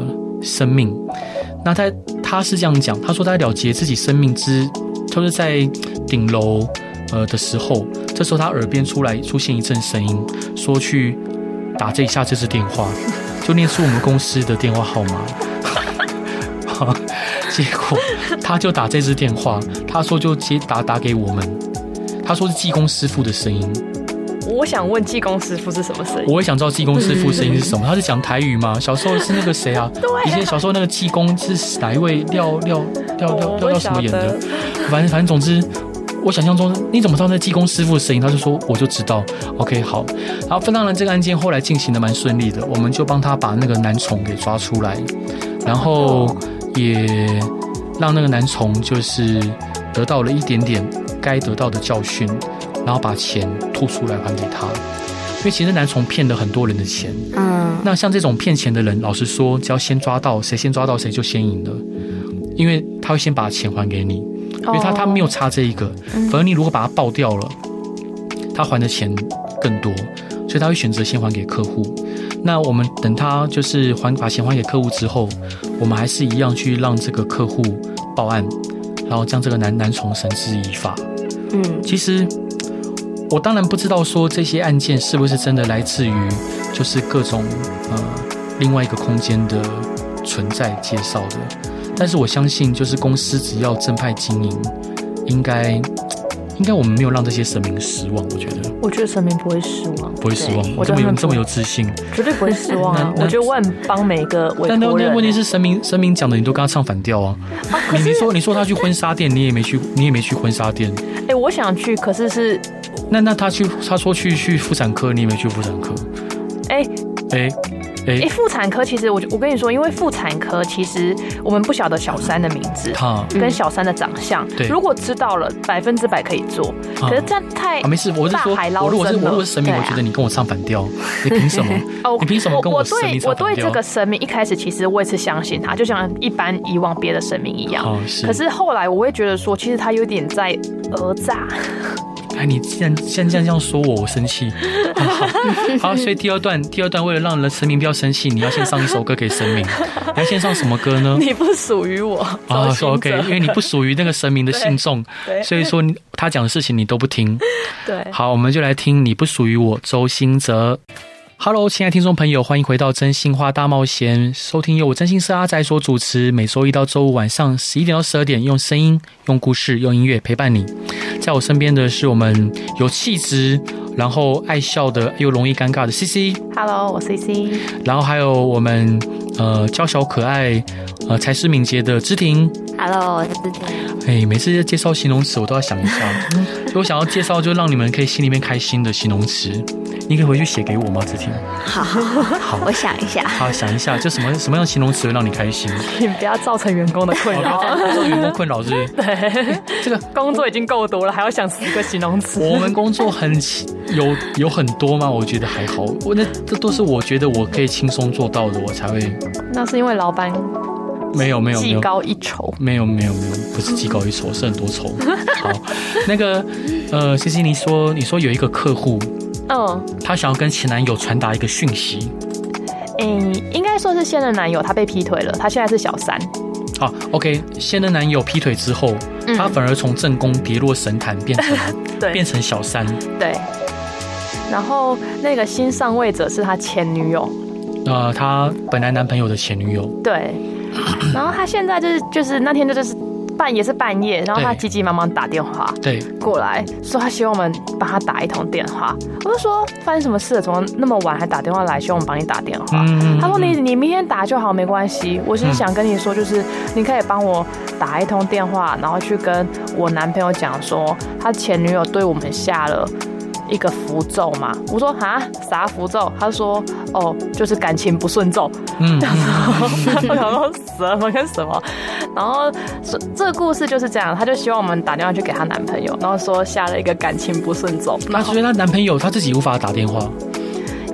Speaker 1: 生命。那他他是这样讲，他说他了结自己生命之，就是在顶楼呃的时候，这时候他耳边出来出现一阵声音，说去打这一下这支电话，就念出我们公司的电话号码。 [LAUGHS] 结果他就打这支电话，他说就接打打给我们，他说是济公师傅的声音。
Speaker 2: 我想问济公师傅是什么声音？
Speaker 1: 我也想知道济公师傅声音是什么。他是讲台语吗？小时候是那个谁啊？以前小时候那个济公是哪一位廖廖廖廖廖廖什么演的？ [LAUGHS] 反正反正总之，我想象中你怎么知道那济公师傅的声音？他就说我就知道。OK，好。然后当然这个案件后来进行的蛮顺利的，我们就帮他把那个男宠给抓出来，然后也让那个男宠就是得到了一点点该得到的教训，然后把钱吐出来还给他。因为其实南虫骗了很多人的钱，
Speaker 3: 嗯，
Speaker 1: 那像这种骗钱的人，老实说，只要先抓到谁先抓到谁就先赢了，因为他会先把钱还给你，因
Speaker 3: 哦
Speaker 1: 为他他没有差这一个，反而你如果把他爆掉了，他还的钱更多，所以他会选择先还给客户。那我们等他就是还把钱还给客户之后，我们还是一样去让这个客户报案，然后将这个男男虫绳之以法。
Speaker 3: 嗯
Speaker 1: 其实我当然不知道说这些案件是不是真的来自于就是各种呃另外一个空间的存在介绍的，但是我相信就是公司只要正派经营，应该应该我们没有让这些神明失望，我觉得
Speaker 2: 我觉得神明不会失望，
Speaker 1: 不会失望
Speaker 3: 对，
Speaker 1: 我
Speaker 2: 我
Speaker 1: 这么
Speaker 2: 觉得他
Speaker 1: 有
Speaker 2: 们
Speaker 1: 这么
Speaker 2: 不
Speaker 1: 有自信。
Speaker 2: 绝对不会失望啊！
Speaker 1: [LAUGHS] 那
Speaker 2: 我觉得我很帮每一个委
Speaker 1: 但那
Speaker 2: 托人
Speaker 1: 那
Speaker 2: 欸。
Speaker 1: 问题是神明神明讲的你都跟他唱反调啊！
Speaker 2: 啊，可
Speaker 1: 你
Speaker 2: 是
Speaker 1: 你说你说他去婚纱店，你也没去，你也没去婚纱店。
Speaker 2: 哎、我想去，可是是
Speaker 1: 那那他去他说去去妇产科，你也没去妇产科。
Speaker 2: 哎
Speaker 1: 哎
Speaker 2: 哎，
Speaker 1: 哎，
Speaker 2: 妇、产科其实我我跟你说，因为妇产科其实我们不晓得小三的名字。
Speaker 1: 他。
Speaker 2: 跟小三的长相
Speaker 1: 嗯对，
Speaker 2: 如果知道了，百分之百可以做。
Speaker 1: 啊
Speaker 2: 可是这样太
Speaker 1: 啊，没事，我是说
Speaker 2: 大海，捞
Speaker 1: 我如果是
Speaker 2: 针
Speaker 1: 我
Speaker 2: 了
Speaker 1: 如果是神明，
Speaker 3: 对
Speaker 1: 我
Speaker 3: 啊
Speaker 1: 觉得你跟我唱反调，你凭什么？
Speaker 2: [LAUGHS] 哦
Speaker 1: 你凭什么跟
Speaker 2: 我
Speaker 1: 神明
Speaker 2: 对
Speaker 1: 唱
Speaker 2: 我对
Speaker 1: 反
Speaker 2: 这
Speaker 1: 调？
Speaker 2: 个神明一开始其实我也是相信他，就像一般以往别的神明一样。
Speaker 1: 哦，是。
Speaker 2: 可是后来我会觉得说，其实他有点在讹
Speaker 1: [LAUGHS]
Speaker 2: 诈。
Speaker 1: 哎，你既然现在这样说我，我生气。 [LAUGHS] 好好，好，所以第二段，第二段为了让人神明不要生气，你要先上一首歌给神
Speaker 2: [LAUGHS]
Speaker 1: 明。你要先上什么歌呢？
Speaker 2: 你不属于我，
Speaker 1: 啊
Speaker 2: 周
Speaker 1: 说
Speaker 2: 兴
Speaker 1: ，OK，
Speaker 2: 哲
Speaker 1: 因为你不属于那个神明的信众，
Speaker 2: 对
Speaker 1: 所以说你他讲的事情你都不听。
Speaker 2: 对，
Speaker 1: 好，我们就来听《你不属于我》，周兴哲。Hello，亲爱的听众朋友，欢迎回到《真心话大冒险》，收听由我真心社阿仔所主持，每周一到周五晚上十一点到十二点，用声音、用故事、用音乐陪伴你。在我身边的是我们有气质，然后爱笑的又容易尴尬的 CC，
Speaker 2: ，Hello，我 C C，
Speaker 1: 然后还有我们呃娇小可爱、呃才思敏捷的知婷。
Speaker 3: ，Hello，我是之前
Speaker 1: 哎，每次介绍形容词，我都要想一下，
Speaker 2: [LAUGHS]
Speaker 1: 所以我想要介绍就让你们可以心里面开心的形容词。你可以回去写给我吗？子婷，
Speaker 3: 好，
Speaker 1: 好
Speaker 3: 我想一下，
Speaker 1: 好想一下，就什么什么样的形容词会让你开心？
Speaker 2: 你不要造成员工的困
Speaker 1: [LAUGHS]
Speaker 2: 扰。
Speaker 1: 受员工困扰
Speaker 2: [LAUGHS]
Speaker 1: 是不是？
Speaker 2: 对，
Speaker 1: 哎这个
Speaker 2: 工作已经够多了，还要想十个形容词。
Speaker 1: 我们工作很奇有有很多吗？我觉得还好，我那这都是我觉得我可以轻松做到的，我才会
Speaker 2: 那是因为老板
Speaker 1: 没有没有没
Speaker 2: 技
Speaker 1: 有。
Speaker 2: 高一筹。
Speaker 1: 没有没有没有，不是技高一筹，是很多
Speaker 2: [LAUGHS]
Speaker 1: 筹。好，那个呃，C C，你说你说有一个客户，
Speaker 2: 嗯，
Speaker 1: 她想要跟前男友传达一个讯息，
Speaker 2: 诶、应该说是现任男友，他被劈腿了，他现在是小三。
Speaker 1: 好，OK，现任男友劈腿之后，
Speaker 2: 嗯
Speaker 1: 她反而从正宫跌落神坛，变成
Speaker 2: [LAUGHS] 对
Speaker 1: 变成小三。
Speaker 2: 对。然后那个新上位者是他前女友，
Speaker 1: 呃，她本来男朋友的前女友，
Speaker 2: 对。然后他现在就是就是那天就是半也是半夜，然后他
Speaker 1: 对
Speaker 2: 急急忙忙打电话
Speaker 1: 对，
Speaker 2: 过来，说他希望我们帮他打一通电话。我就说发生什么事了，怎么那么晚还打电话来，希望我们帮你打电话。
Speaker 1: 嗯
Speaker 2: 他说你你明天打就好，没关系。我是想跟你说，就是你可以帮我打一通电话，然后去跟我男朋友讲说，他前女友对我们下了。一个符咒嘛，我说啊啥符咒？他说哦，就是感情不顺咒。
Speaker 1: 嗯，
Speaker 2: [LAUGHS] 我想说什么跟什么，然后这这个故事就是这样，她就希望我们打电话去给她男朋友，然后说下了一个感情不顺走，
Speaker 1: 那所以她男朋友她自己无法打电话，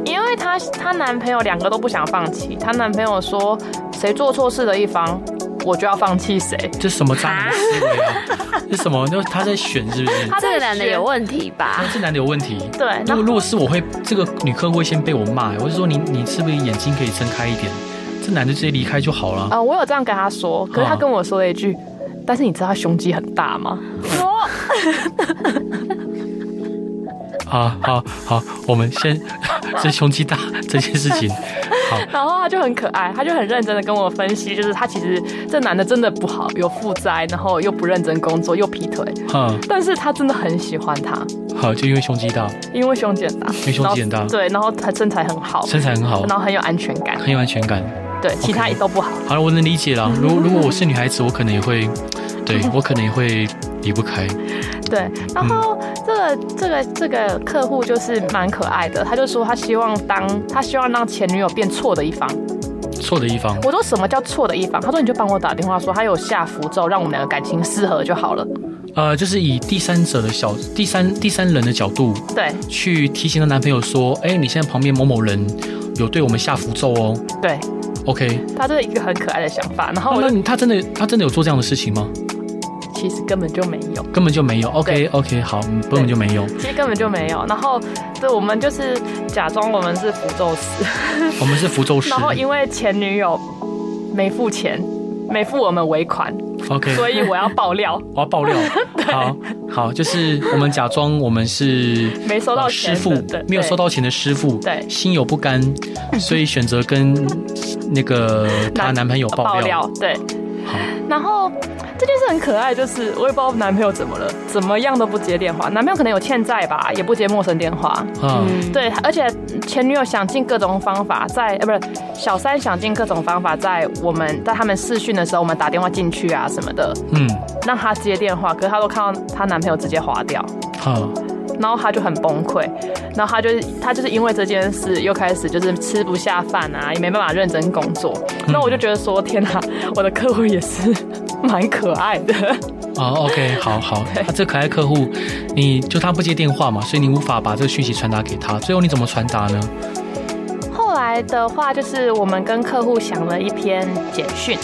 Speaker 2: 因为她她男朋友两个都不想放弃，她男朋友说谁做错事的一方，我就要放弃谁。
Speaker 1: 这什么渣男思维啊？ [LAUGHS] 这什么？就她在选是不
Speaker 2: [LAUGHS]
Speaker 1: 是？
Speaker 2: 她
Speaker 3: 这
Speaker 2: 在
Speaker 3: 个男的
Speaker 2: 学
Speaker 3: 有问题吧？
Speaker 1: 这男的有问题。
Speaker 2: 对，
Speaker 1: 如
Speaker 2: 然
Speaker 1: 果
Speaker 2: 后
Speaker 1: 如果是我会，这个女客户会先被我骂，欸我就说你你是不是眼睛可以睁开一点？这男的直接离开就好了。
Speaker 2: 呃，我有这样跟她说，可是她跟我说了一句。但是你知道他胸肌很大吗？
Speaker 1: 好啊好好，我们先 [LAUGHS] 这胸肌大 [LAUGHS] 这件事情，好，
Speaker 2: 然后他就很可爱，他就很认真的跟我分析，就是他其实这男的真的不好，有负债，然后又不认真工作，又劈腿，
Speaker 1: 嗯，
Speaker 2: 但是他真的很喜欢他，
Speaker 1: 好，就因为胸肌大，
Speaker 2: 因为胸肌很大，
Speaker 1: 为胸肌很大
Speaker 2: 然后对，然后他身材很好，
Speaker 1: 身材很好，
Speaker 2: 然后很有安全感，
Speaker 1: 很有安全感。
Speaker 2: 对，其他也都不好。
Speaker 1: 好了，我能理解了。如果如果我是女孩子，我可能也会，对我可能也会离不开。
Speaker 2: 对，然后
Speaker 1: 嗯
Speaker 2: 这个这个这个客户就是蛮可爱的，他就说他希望当他希望让前女友变错的一方，
Speaker 1: 错的一方，
Speaker 2: 我说什么叫错的一方？他说你就帮我打电话说他有下符咒，让我们两个感情适合就好了。
Speaker 1: 呃，就是以第三者的小第三第三人的角度
Speaker 2: 对
Speaker 1: 去提醒她男朋友说，哎、你现在旁边某某人有对我们下符咒哦
Speaker 2: 对，
Speaker 1: ，OK。
Speaker 2: 他这是一个很可爱的想法。然后我
Speaker 1: 那
Speaker 2: 就
Speaker 1: 你他真的他真的有做这样的事情吗？
Speaker 2: 其实根本就没有，
Speaker 1: 根本就没有。OK OK，好，嗯根本就没有。
Speaker 2: 其实根本就没有。然后对，我们就是假装我们是符咒师，
Speaker 1: 我们是福州市
Speaker 2: 然后因为前女友没付钱，没付我们尾款，
Speaker 1: ，OK，
Speaker 2: 所以我要爆料，
Speaker 1: 我要爆
Speaker 2: [LAUGHS]
Speaker 1: 料。好好，就是我们假装我们是
Speaker 2: 没收到
Speaker 1: 呃
Speaker 2: 钱
Speaker 1: 师
Speaker 2: 的
Speaker 1: 傅
Speaker 2: 对，
Speaker 1: 没有收到钱的师傅，
Speaker 2: 对
Speaker 1: 心有不
Speaker 2: [LAUGHS]
Speaker 1: 甘，所以选择跟那个 [LAUGHS] 她男朋友爆
Speaker 2: 爆
Speaker 1: 料。
Speaker 2: 料对。
Speaker 1: 好，
Speaker 2: 然后这件事很可爱，就是我也不知道男朋友怎么了，怎么样都不接电话。男朋友可能有欠债吧，也不接陌生电话。
Speaker 1: 啊，
Speaker 3: 嗯，
Speaker 2: 对，而且前女友想尽各种方法在，呃，不是小三想尽各种方法在我们在他们试训的时候，我们打电话进去啊什么的，
Speaker 1: 嗯，
Speaker 2: 让她接电话，可是她都看到她男朋友直接划掉，
Speaker 1: 好，
Speaker 2: 然后她就很崩溃，然后她就是她就是因为这件事又开始就是吃不下饭啊，也没办法认真工作。那我就觉得说，天哪、我的客户也是蛮可爱的，
Speaker 1: 哦，OK，好
Speaker 2: [LAUGHS]
Speaker 1: 好，啊这可爱客户，你就他不接电话嘛，所以你无法把这个讯息传达给他。最后你怎么传达呢？
Speaker 2: 后来的话，就是我们跟客户想了一篇简讯，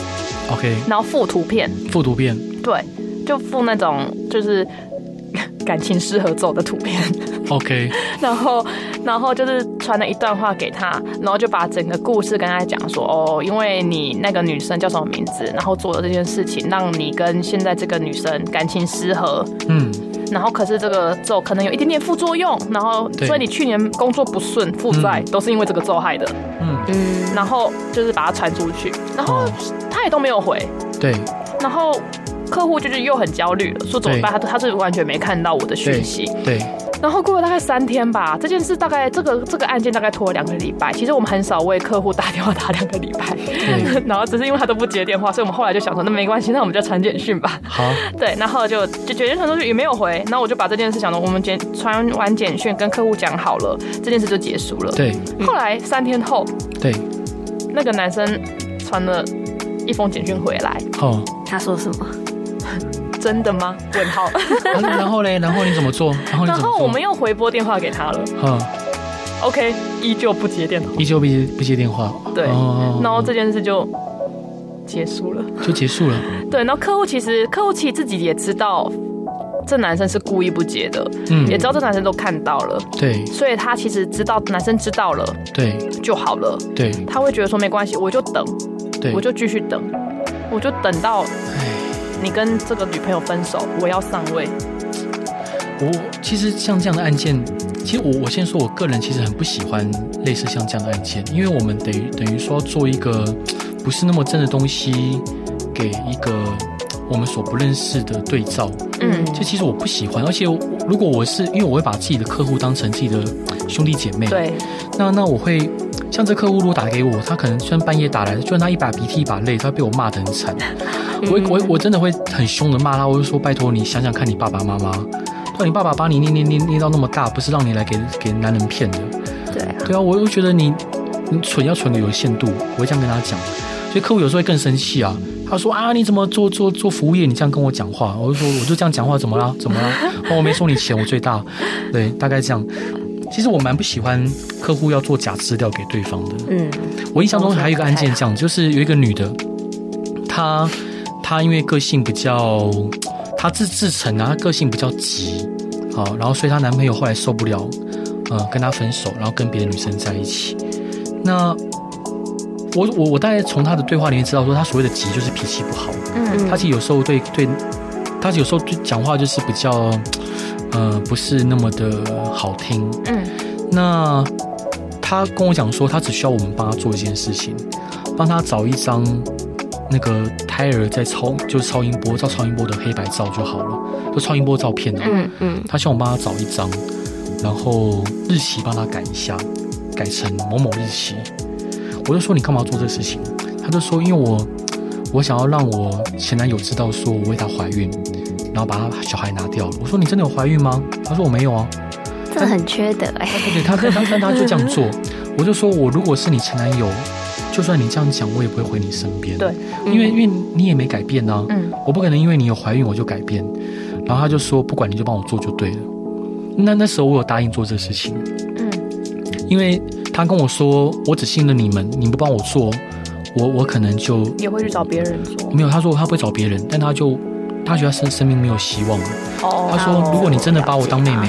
Speaker 1: OK，
Speaker 2: 然后附图片，
Speaker 1: 复读片
Speaker 2: 对，就附那种就是感情适合走的图片，
Speaker 1: ，OK，
Speaker 2: [LAUGHS] 然后然后就是传了一段话给他，然后就把整个故事跟他讲说，哦，因为你那个女生叫什么名字，然后做了这件事情，让你跟现在这个女生感情失和，
Speaker 1: 嗯，
Speaker 2: 然后可是这个咒可能有一点点副作用，然后
Speaker 1: 对
Speaker 2: 所以你去年工作不顺、负债、都是因为这个咒害的，
Speaker 3: 嗯，
Speaker 2: 然后就是把它传出去，然后
Speaker 1: 哦
Speaker 2: 他也都没有回，
Speaker 1: 对
Speaker 2: 然后客户就是又很焦虑了，说怎么办？他他是完全没看到我的讯息。
Speaker 1: 对，
Speaker 2: 然后过了大概三天吧，这件事大概这个这个案件大概拖了两个礼拜。其实我们很少为客户打电话打两个礼拜，
Speaker 1: 对
Speaker 2: 然后只是因为他都不接电话，所以我们后来就想说，那没关系，那我们就传简
Speaker 1: [LAUGHS]
Speaker 2: 讯吧。
Speaker 1: 好，
Speaker 2: 对，然后就就决定传出去也没有回，然后我就把这件事想说，我们简传完简讯跟客户讲好了，这件事就结束了。
Speaker 1: 对
Speaker 2: 后来三天后，
Speaker 1: 对，
Speaker 2: 那个男生传了一封简讯回来，
Speaker 1: 好、啊
Speaker 3: 他说什么？
Speaker 2: 真的吗？问号。
Speaker 1: 啊然后嘞，然后你怎么做？然后你
Speaker 2: 然
Speaker 1: 怎么做？
Speaker 2: 后我们又回拨电话给他了
Speaker 1: 嗯，
Speaker 2: ，OK，依旧不接电话，
Speaker 1: 依旧不接不接电话，
Speaker 2: 对
Speaker 1: 哦
Speaker 2: 然后这件事就结束了。
Speaker 1: 就结束了。
Speaker 2: 对，然后客户其实客户其实自己也知道。这男生是故意不接的，
Speaker 1: 嗯
Speaker 2: 也知道这男生都看到了，
Speaker 1: 对
Speaker 2: 所以他其实知道男生知道了
Speaker 1: 对
Speaker 2: 就好了，
Speaker 1: 对
Speaker 2: 他会觉得说没关系，我就等，
Speaker 1: 对，
Speaker 2: 我就继续等，我就等到
Speaker 1: 哎，
Speaker 2: 你跟这个女朋友分手，我要上位。
Speaker 1: 我其实像这样的案件，其实我我先说，我个人其实很不喜欢类似像这样的案件，因为我们等于等于说做一个不是那么真的东西给一个我们所不认识的对照，
Speaker 2: 嗯，
Speaker 1: 这其实我不喜欢。而且我如果我是因为我会把自己的客户当成自己的兄弟姐妹，
Speaker 2: 对，
Speaker 1: 那那我会像这客户如果打给我，他可能虽然半夜打来，就算他一把鼻涕一把泪，他被我骂得很惨。我我我真的会很凶的骂他，我就说拜托你想想看你爸爸妈妈，对，你爸爸把你念念念念到那么大，不是让你来给给男人骗的。
Speaker 3: 对啊，
Speaker 1: 对啊，我又觉得你你蠢要蠢的有限度，我会这样跟他讲。所以客户有时候会更生气啊，他说啊你怎么做做做服务业，你这样跟我讲话，我就说我就这样讲话怎么啦怎么啦，哦我没收你钱，我最大，对，大概这样。其实我蛮不喜欢客户要做假资料给对方的，
Speaker 3: 嗯，
Speaker 1: 我印象中还有一个案件这样，就是有一个女的，她她因为个性比较，她自自称啊，她个性比较急，好，然后所以她男朋友后来受不了，呃，跟她分手，然后跟别的女生在一起。那我我我大概从她的对话里面知道说，她所谓的急就是脾气不好，
Speaker 2: 嗯，
Speaker 1: 她其实有时候对对，她有时候就讲话就是比较，呃，不是那么的好听，
Speaker 2: 嗯，
Speaker 1: 那他跟我讲说，他只需要我们帮他做一件事情，帮他找一张那个胎儿在超就是超音波照超音波的黑白照就好了，就超音波照片啊。
Speaker 3: 嗯嗯
Speaker 1: 他希望我帮他找一张，然后日期帮他改一下，改成某某日期。我就说你干嘛要做这事情？他就说因为我我想要让我前男友知道说我为他怀孕，然后把他小孩拿掉了。我说你真的有怀孕吗？他说我没有啊。
Speaker 3: 这很缺德哎、
Speaker 1: [LAUGHS] 对他，他他他就这样做，我就说我如果是你前男友，就算你这样讲，我也不会回你身边。
Speaker 2: 对，
Speaker 1: 因为因为你也没改变啊呐、
Speaker 2: 嗯，
Speaker 1: 我不可能因为你有怀孕我就改变。然后他就说，不管你就帮我做就对了。那那时候我有答应做这事情，
Speaker 2: 嗯，
Speaker 1: 因为他跟我说，我只信任你们，你不帮我做，我我可能就
Speaker 2: 也会去找别人做。
Speaker 1: 没有。他说他不会找别人，但他就他觉得他生生命没有希望了。
Speaker 2: 哦，
Speaker 1: 他说，如果你真的把我当妹妹，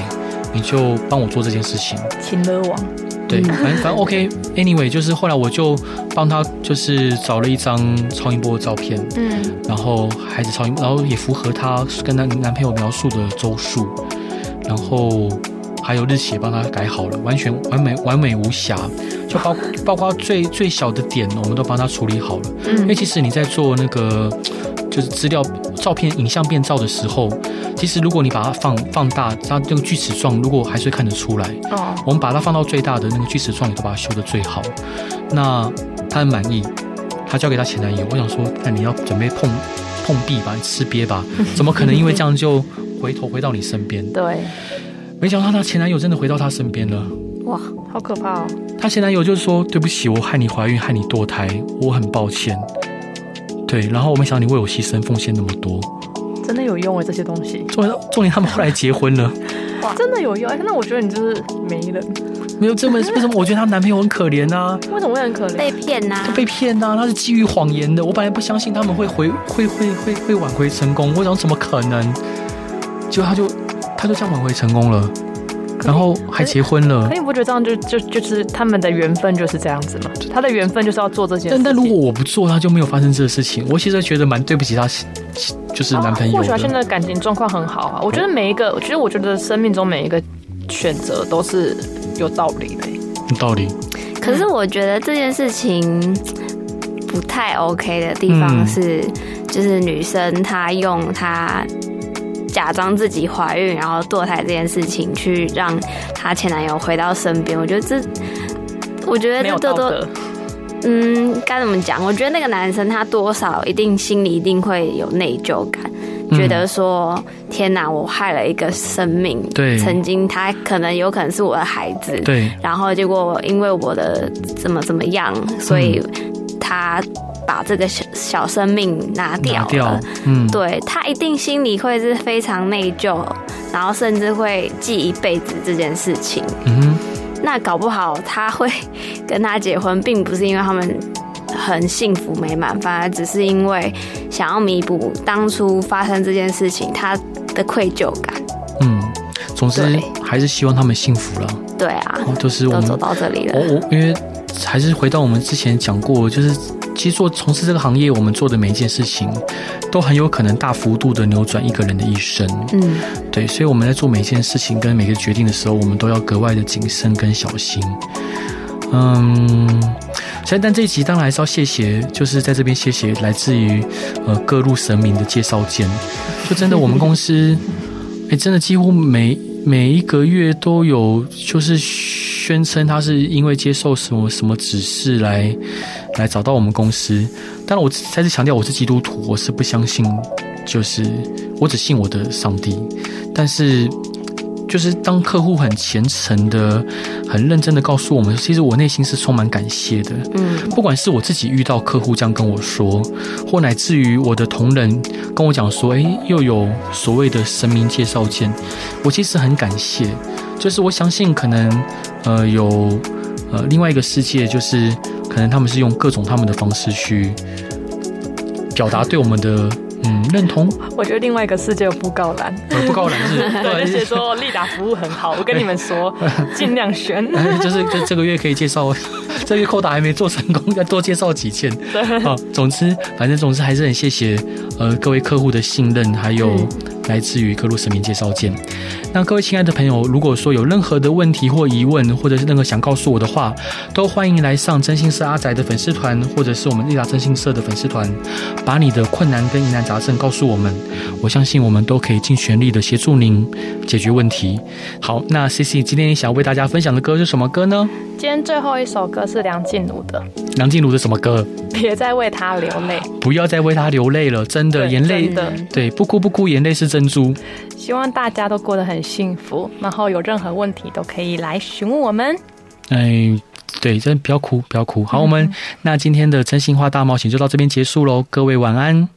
Speaker 1: 你就帮我做这件事情。
Speaker 2: 情勒王，
Speaker 1: 对，反正反正 OK，anyway，、就是后来我就帮他就是找了一张超音波的照片，
Speaker 2: 嗯，
Speaker 1: 然后孩子超音波，然后也符合她跟她男朋友描述的周数，然后还有日期也帮她改好了，完全完美完美无瑕，就包包括最最小的点，我们都帮她处理好了。因为
Speaker 3: 嗯
Speaker 1: 其实你在做那个就是资料、照片、影像变造的时候，其实如果你把它放放大，它那个锯齿状，如果还是会看得出来。
Speaker 2: 哦，
Speaker 1: 我们把它放到最大的那个锯齿状，也都把它修得最好。那她很满意，她交给她前男友。我想说，那你要准备碰碰壁吧，吃瘪吧，怎么可能因为这样就回头回到你身边？
Speaker 2: 对，
Speaker 1: 没想到她前男友真的回到她身边了。
Speaker 3: 哇，
Speaker 2: 好可怕哦，
Speaker 1: 她前男友就说：“对不起，我害你怀孕，害你堕胎，我很抱歉。”对，然后我没想到你为我牺牲奉献那么多。
Speaker 2: 真的有用哎，这些东西
Speaker 1: 重点重点，他们后来结婚了。
Speaker 2: 真的有用哎。那我觉得你就是没人，
Speaker 1: 没有这么为什么？我觉得她男朋友很可怜啊，
Speaker 2: 为什么会很可怜？
Speaker 3: 被骗啊呐
Speaker 1: 他！被骗呐、他是基于谎言的。我本来不相信他们会回会会会会挽回成功，我想怎么可能？结果他就他就这样挽回成功了，然后还结婚了
Speaker 2: 可。你不觉得这样就就就是他们的缘分就是这样子吗？他的缘分就是要做这些事
Speaker 1: 但
Speaker 2: 情。
Speaker 1: 但如果我不做，他就没有发生这个事情。我其实觉得蛮对不起他，就是男朋友
Speaker 2: 哦或许他现
Speaker 1: 的。
Speaker 2: 在感情状况很好啊。我觉得每一个，其实我觉得生命中每一个选择都是有道理的。
Speaker 1: 有道理，
Speaker 3: 可是我觉得这件事情不太 OK 的地
Speaker 1: 嗯
Speaker 3: 方是，就是女生她用她假装自己怀孕然后堕胎这件事情去让她前男友回到身边，我觉得这。我觉
Speaker 2: 没
Speaker 3: 得
Speaker 2: 有
Speaker 3: 这
Speaker 2: 道
Speaker 3: 多多
Speaker 2: 德，
Speaker 3: 嗯，该怎么讲？我觉得那个男生他多少一定心里一定会有内疚感，
Speaker 1: 嗯
Speaker 3: 觉得说天哪，我害了一个生命。
Speaker 1: 对
Speaker 3: 曾经他可能有可能是我的孩子。
Speaker 1: 对，
Speaker 3: 然后结果因为我的怎么怎么样，所以他把这个小小生命拿掉
Speaker 1: 拿
Speaker 3: 了。
Speaker 1: 掉，嗯，
Speaker 3: 对他一定心里会是非常内疚，然后甚至会记一辈子这件事情。
Speaker 1: 嗯哼，
Speaker 3: 那搞不好他会跟他结婚，并不是因为他们很幸福美满，反而只是因为想要弥补当初发生这件事情他的愧疚感。
Speaker 1: 嗯，总之
Speaker 3: 对
Speaker 1: 还是希望他们幸福了。
Speaker 3: 对啊，
Speaker 1: 然后就是我
Speaker 3: 都
Speaker 1: 们
Speaker 3: 走到这里
Speaker 1: 我
Speaker 3: 了，
Speaker 1: 我哦因为还是回到我们之前讲过，就是其实做从事这个行业，我们做的每一件事情，都很有可能大幅度的扭转一个人的一生。
Speaker 3: 嗯，
Speaker 1: 对，所以我们在做每一件事情跟每个决定的时候，我们都要格外的谨慎跟小心。嗯，所以但这一集当然还是要谢谢，就是在这边谢谢来自于呃各路神明的介绍间，就真的我们公司，哎、真的几乎每每一个月都有，就是宣称他是因为接受什么什么指示来来找到我们公司。当然，我再次强调，我是基督徒，我是不相信，就是我只信我的上帝。但是，就是当客户很虔诚的、很认真的告诉我们，其实我内心是充满感谢的。
Speaker 3: 嗯，
Speaker 1: 不管是我自己遇到客户这样跟我说，或乃至于我的同仁跟我讲说，诶，又有所谓的神明介绍件，我其实很感谢。就是我相信，可能呃有呃另外一个世界，就是可能他们是用各种他们的方式去表达对我们的嗯认同，
Speaker 2: 我觉得另外一个世界有布告栏，
Speaker 1: 呃不高然是
Speaker 2: [LAUGHS] 对，就写说利达服务很好，我跟你们说，尽量选。
Speaker 1: 哎，就是就这个月可以介绍， [LAUGHS] 这个月扣打还没做成功，要多介绍几件。好，总之反正总之还是很谢谢呃各位客户的信任，还有
Speaker 3: 嗯
Speaker 1: 来自于各路神明介绍件。那各位亲爱的朋友，如果说有任何的问题或疑问，或者是任何想告诉我的话，都欢迎来上真心社阿宅的粉丝团，或者是我们丽达真心社的粉丝团，把你的困难跟疑难杂症告诉我们。我相信我们都可以尽全力的协助您解决问题。好，那 C C 今天想为大家分享的歌是什么歌呢？
Speaker 2: 今天最后一首歌是梁静茹的
Speaker 1: 梁静茹的什么歌？
Speaker 2: 《别再为他流泪》，
Speaker 1: 不要再为她流泪了，真的
Speaker 2: 对
Speaker 1: 眼泪
Speaker 2: 真，的
Speaker 1: 对，不哭不哭，眼泪是珍珠。
Speaker 2: 希望大家都过得很幸福，然后有任何问题都可以来询问我们。
Speaker 1: 哎，对，
Speaker 2: 嗯
Speaker 1: 真的不要哭，不要哭。好，我们那今天的真心话大冒险就到这边结束喽，各位晚安。